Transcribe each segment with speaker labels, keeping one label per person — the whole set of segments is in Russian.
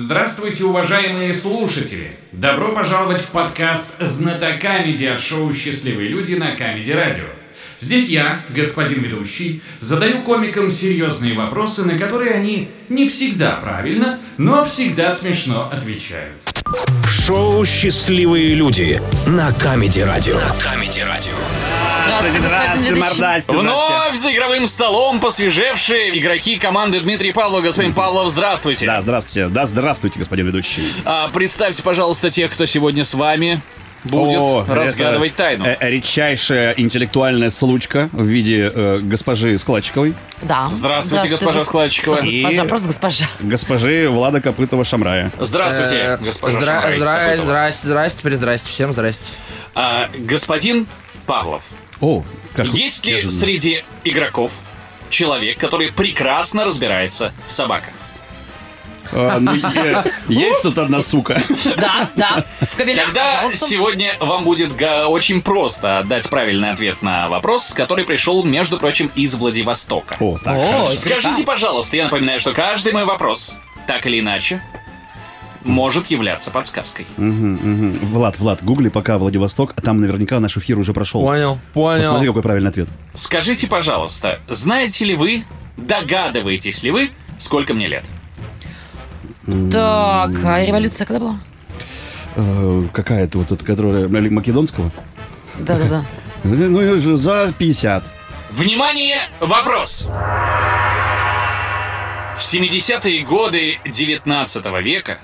Speaker 1: Здравствуйте, уважаемые слушатели! Добро пожаловать в подкаст «Знатокамеди» от шоу «Счастливые люди» на Камеди Радио. Здесь я, господин ведущий, задаю комикам серьезные вопросы, на которые они не всегда правильно, но всегда смешно отвечают.
Speaker 2: Шоу «Счастливые люди» на Камеди Радио. На Камеди Радио.
Speaker 3: Здравствуйте,
Speaker 4: Здравствуйте,
Speaker 3: господин ведущий.
Speaker 4: мордасти, здрасте.
Speaker 5: Вновь за игровым столом посвежевшие игроки команды Дмитрий Павлов. Господин Павлов, здравствуйте.
Speaker 4: Да, здравствуйте. Да, здравствуйте, господин ведущий.
Speaker 5: А, представьте, пожалуйста, тех, кто сегодня с вами будет
Speaker 4: О,
Speaker 5: разгадывать
Speaker 4: это,
Speaker 5: тайну.
Speaker 4: э, редчайшая интеллектуальная случка в виде э, госпожи Складчиковой,
Speaker 3: Да.
Speaker 5: Здравствуйте, госпожа
Speaker 3: гос-
Speaker 5: Складчикова.
Speaker 3: Просто
Speaker 4: И-
Speaker 3: госпожа, просто госпожа.
Speaker 4: госпожи Влада Копытова-Шамрая.
Speaker 5: Здравствуйте,
Speaker 6: Э,
Speaker 5: госпожа
Speaker 6: здра-
Speaker 5: Шамрай.
Speaker 6: здра-
Speaker 5: Копытова.
Speaker 6: Здрасте, здрасте, перездрасте, всем здрасте.
Speaker 5: А, господин Павлов,
Speaker 4: О, как
Speaker 5: есть ли
Speaker 4: неожиданно.
Speaker 5: среди игроков человек, который прекрасно разбирается в собаках?
Speaker 4: Э, ну, э, Есть тут одна сука.
Speaker 3: Да, да. В кабелях,
Speaker 5: Тогда
Speaker 3: пожалуйста.
Speaker 5: сегодня вам будет га- очень просто отдать правильный ответ на вопрос, который пришел, между прочим, из Владивостока.
Speaker 4: О, так.
Speaker 3: О,
Speaker 5: Скажите, пожалуйста, я напоминаю, что каждый мой вопрос, так или иначе, может являться подсказкой.
Speaker 4: Мгм. Влад, Влад, гугли пока Владивосток, а там наверняка наш эфир уже прошел.
Speaker 6: Понял,
Speaker 4: Посмотри,
Speaker 6: понял.
Speaker 4: какой правильный ответ.
Speaker 5: Скажите, пожалуйста, знаете ли вы, догадываетесь ли вы, сколько мне лет?
Speaker 3: Так, а революция когда была?
Speaker 4: Э, Какая-то вот эта, которая Али Македонского.
Speaker 3: Да-да-да.
Speaker 4: Э, Ну, я же за 50.
Speaker 5: Внимание, вопрос! В 70-е годы 19 века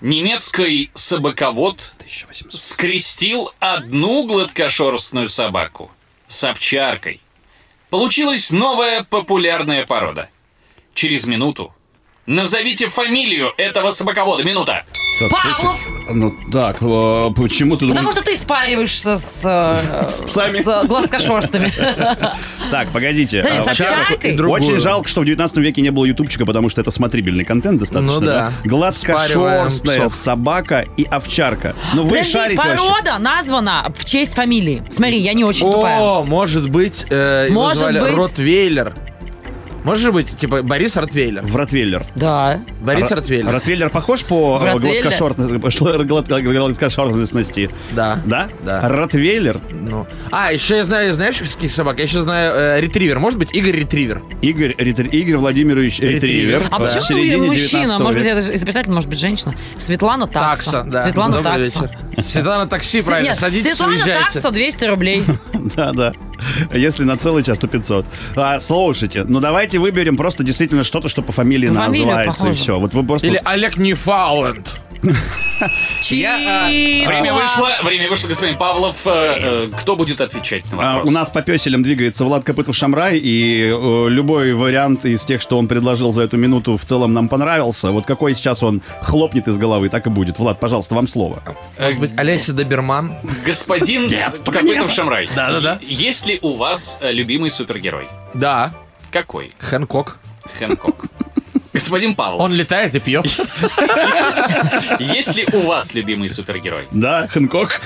Speaker 5: немецкий собаковод
Speaker 4: 1800.
Speaker 5: скрестил одну гладкошерстную собаку с овчаркой. Получилась новая популярная порода. Через минуту. Назовите фамилию этого собаковода. Минута.
Speaker 4: Так,
Speaker 3: Павлов!
Speaker 4: слушай, Ну так, э, почему ты
Speaker 3: Потому
Speaker 4: думаешь...
Speaker 3: что ты спариваешься с... э,
Speaker 4: С псами.
Speaker 3: С э, гладкошерстными.
Speaker 4: Так, погодите.
Speaker 3: Даже
Speaker 4: а,
Speaker 3: с
Speaker 4: вообще-
Speaker 3: овчаркой?
Speaker 6: и друг- Другую.
Speaker 4: Очень жалко, что в 19 веке не было ютубчика, потому что это смотрибельный контент
Speaker 6: Ну
Speaker 4: достаточно.
Speaker 6: да.
Speaker 4: Гладкошерстная
Speaker 6: Спариваем псов.
Speaker 4: собака и овчарка. Ну вы
Speaker 3: Подожди,
Speaker 4: шарите вообще.
Speaker 3: порода названа в честь фамилии. Смотри, я не очень тупая.
Speaker 6: О, может быть, э, его
Speaker 3: Может
Speaker 6: звали
Speaker 3: быть.
Speaker 6: Ротвейлер. Может же быть, типа Борис Ротвейлер.
Speaker 4: В Ротвейлер.
Speaker 3: Да.
Speaker 6: Борис
Speaker 4: Ро-
Speaker 6: А Ротвейлер.
Speaker 4: Ротвейлер похож по э,
Speaker 3: Ротвейлер?
Speaker 4: гладкошерстно- гладко- гладкошерстности?
Speaker 6: Да.
Speaker 4: Да?
Speaker 6: Да.
Speaker 4: Ротвейлер,
Speaker 6: Ну. А, еще я знаю, знаешь, каких собак? Я еще знаю э, ретривер. Может быть, Игорь Ретривер.
Speaker 4: Игорь, Ретри- Игорь Владимирович Ретривер.
Speaker 3: А
Speaker 4: э, в
Speaker 3: почему
Speaker 4: середине
Speaker 3: ну, мужчина?
Speaker 4: 19
Speaker 3: Может быть,
Speaker 4: века.
Speaker 3: это изобретатель, может быть, женщина. Светлана Такса.
Speaker 6: да.
Speaker 3: Светлана
Speaker 6: Добрый
Speaker 3: Такса.
Speaker 6: вечер. Светлана Такси,
Speaker 3: Се-
Speaker 6: правильно.
Speaker 3: нет,
Speaker 6: Садитесь,
Speaker 3: Светлана
Speaker 6: уезжайте.
Speaker 3: Такса 200 рублей.
Speaker 4: Да, да. Если на целый час, то 500. А, слушайте, ну давайте выберем просто действительно что-то, что по фамилии
Speaker 3: фамилию
Speaker 4: называется и
Speaker 3: похоже.
Speaker 4: все. Вот вы просто...
Speaker 6: Или Олег Ньюфаунд.
Speaker 5: а, Время
Speaker 3: Чила.
Speaker 5: вышло. Время вышло, господин Павлов. Э, э, кто будет отвечать на
Speaker 4: А,
Speaker 5: вопрос?
Speaker 4: у нас по песелям двигается Влад Копытов-Шамрай, и э, любой вариант из тех, что он предложил за эту минуту, в целом нам понравился. Вот какой сейчас он хлопнет из головы, так и будет. Влад, пожалуйста, вам слово.
Speaker 6: Может быть, Олеся Доберман.
Speaker 5: Господин Копытов Шамрай.
Speaker 6: Да-да-да.
Speaker 5: Есть ли у вас э, любимый супергерой?
Speaker 6: Да.
Speaker 5: Какой?
Speaker 6: Хэнкок.
Speaker 5: Хэнкок. Господин Павлов,
Speaker 6: Он летает и пьет.
Speaker 5: есть ли у вас любимый супергерой?
Speaker 4: Да, Хэнкок?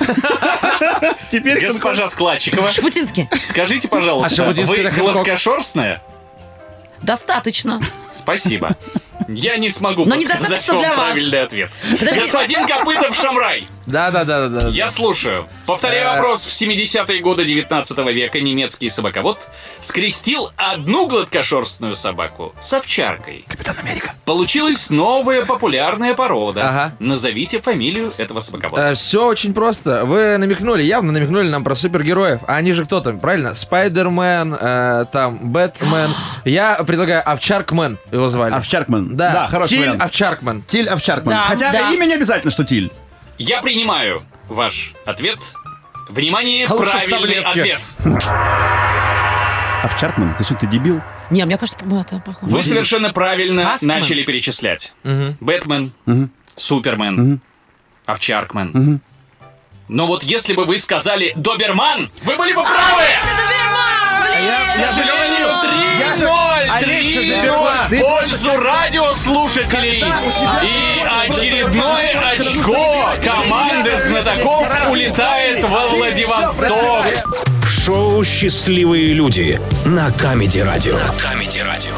Speaker 4: Теперь Хэнкок.
Speaker 5: Госпожа Складчикова,
Speaker 3: Шпутинский.
Speaker 5: скажите, пожалуйста,
Speaker 6: А Шабудинский
Speaker 5: вы
Speaker 6: это Хэнкок?
Speaker 5: гладкошерстная?
Speaker 3: Достаточно.
Speaker 5: Спасибо. Я не смогу
Speaker 3: Но
Speaker 5: подсказать
Speaker 3: недостаточно
Speaker 5: вам
Speaker 3: для вас.
Speaker 5: правильный ответ.
Speaker 3: Подожди.
Speaker 5: Господин Копытов Шамрай,
Speaker 6: Да, да, да, да, да.
Speaker 5: я слушаю. Повторяю
Speaker 6: Да.
Speaker 5: вопрос. В 70-е годы 19 века немецкий собаковод скрестил одну гладкошерстную собаку с овчаркой. Капитан Америка. Получилась новая популярная порода.
Speaker 6: Ага. Э.
Speaker 5: Назовите фамилию этого собаковода.
Speaker 6: все очень просто. Вы намекнули, явно намекнули нам про супергероев. А они же кто там, правильно? Спайдермен, э, там, Бэтмен. Я предлагаю Овчаркмен его звали.
Speaker 4: Овчаркман.
Speaker 6: Да,
Speaker 4: хороший
Speaker 6: Тиль
Speaker 4: вариант.
Speaker 6: Овчаркмен.
Speaker 4: Тиль Овчаркман.
Speaker 3: Да,
Speaker 4: Хотя
Speaker 3: да.
Speaker 4: имя не обязательно, что Тиль.
Speaker 5: Я принимаю ваш ответ. Внимание,
Speaker 6: А лучше в
Speaker 5: правильный
Speaker 6: таблетке.
Speaker 5: ответ.
Speaker 4: Овчаркман, ты что, ты дебил?
Speaker 3: Не, мне кажется, мы это похоже.
Speaker 5: Вы совершенно правильно
Speaker 3: Хаскман.
Speaker 5: начали перечислять. Бэтмен, Супермен, Овчаркмен. Но вот если бы вы сказали Доберман, вы были бы правы!
Speaker 6: Я же говорил! Я же-
Speaker 5: 3-0!
Speaker 6: Олеся,
Speaker 5: 3-0!
Speaker 6: Доберман,
Speaker 5: в Пользу радиослушателей! И очередное очко команды знатоков улетает во Владивосток!
Speaker 2: Шоу «Счастливые люди» на Камеди Радио. На Камеди Радио.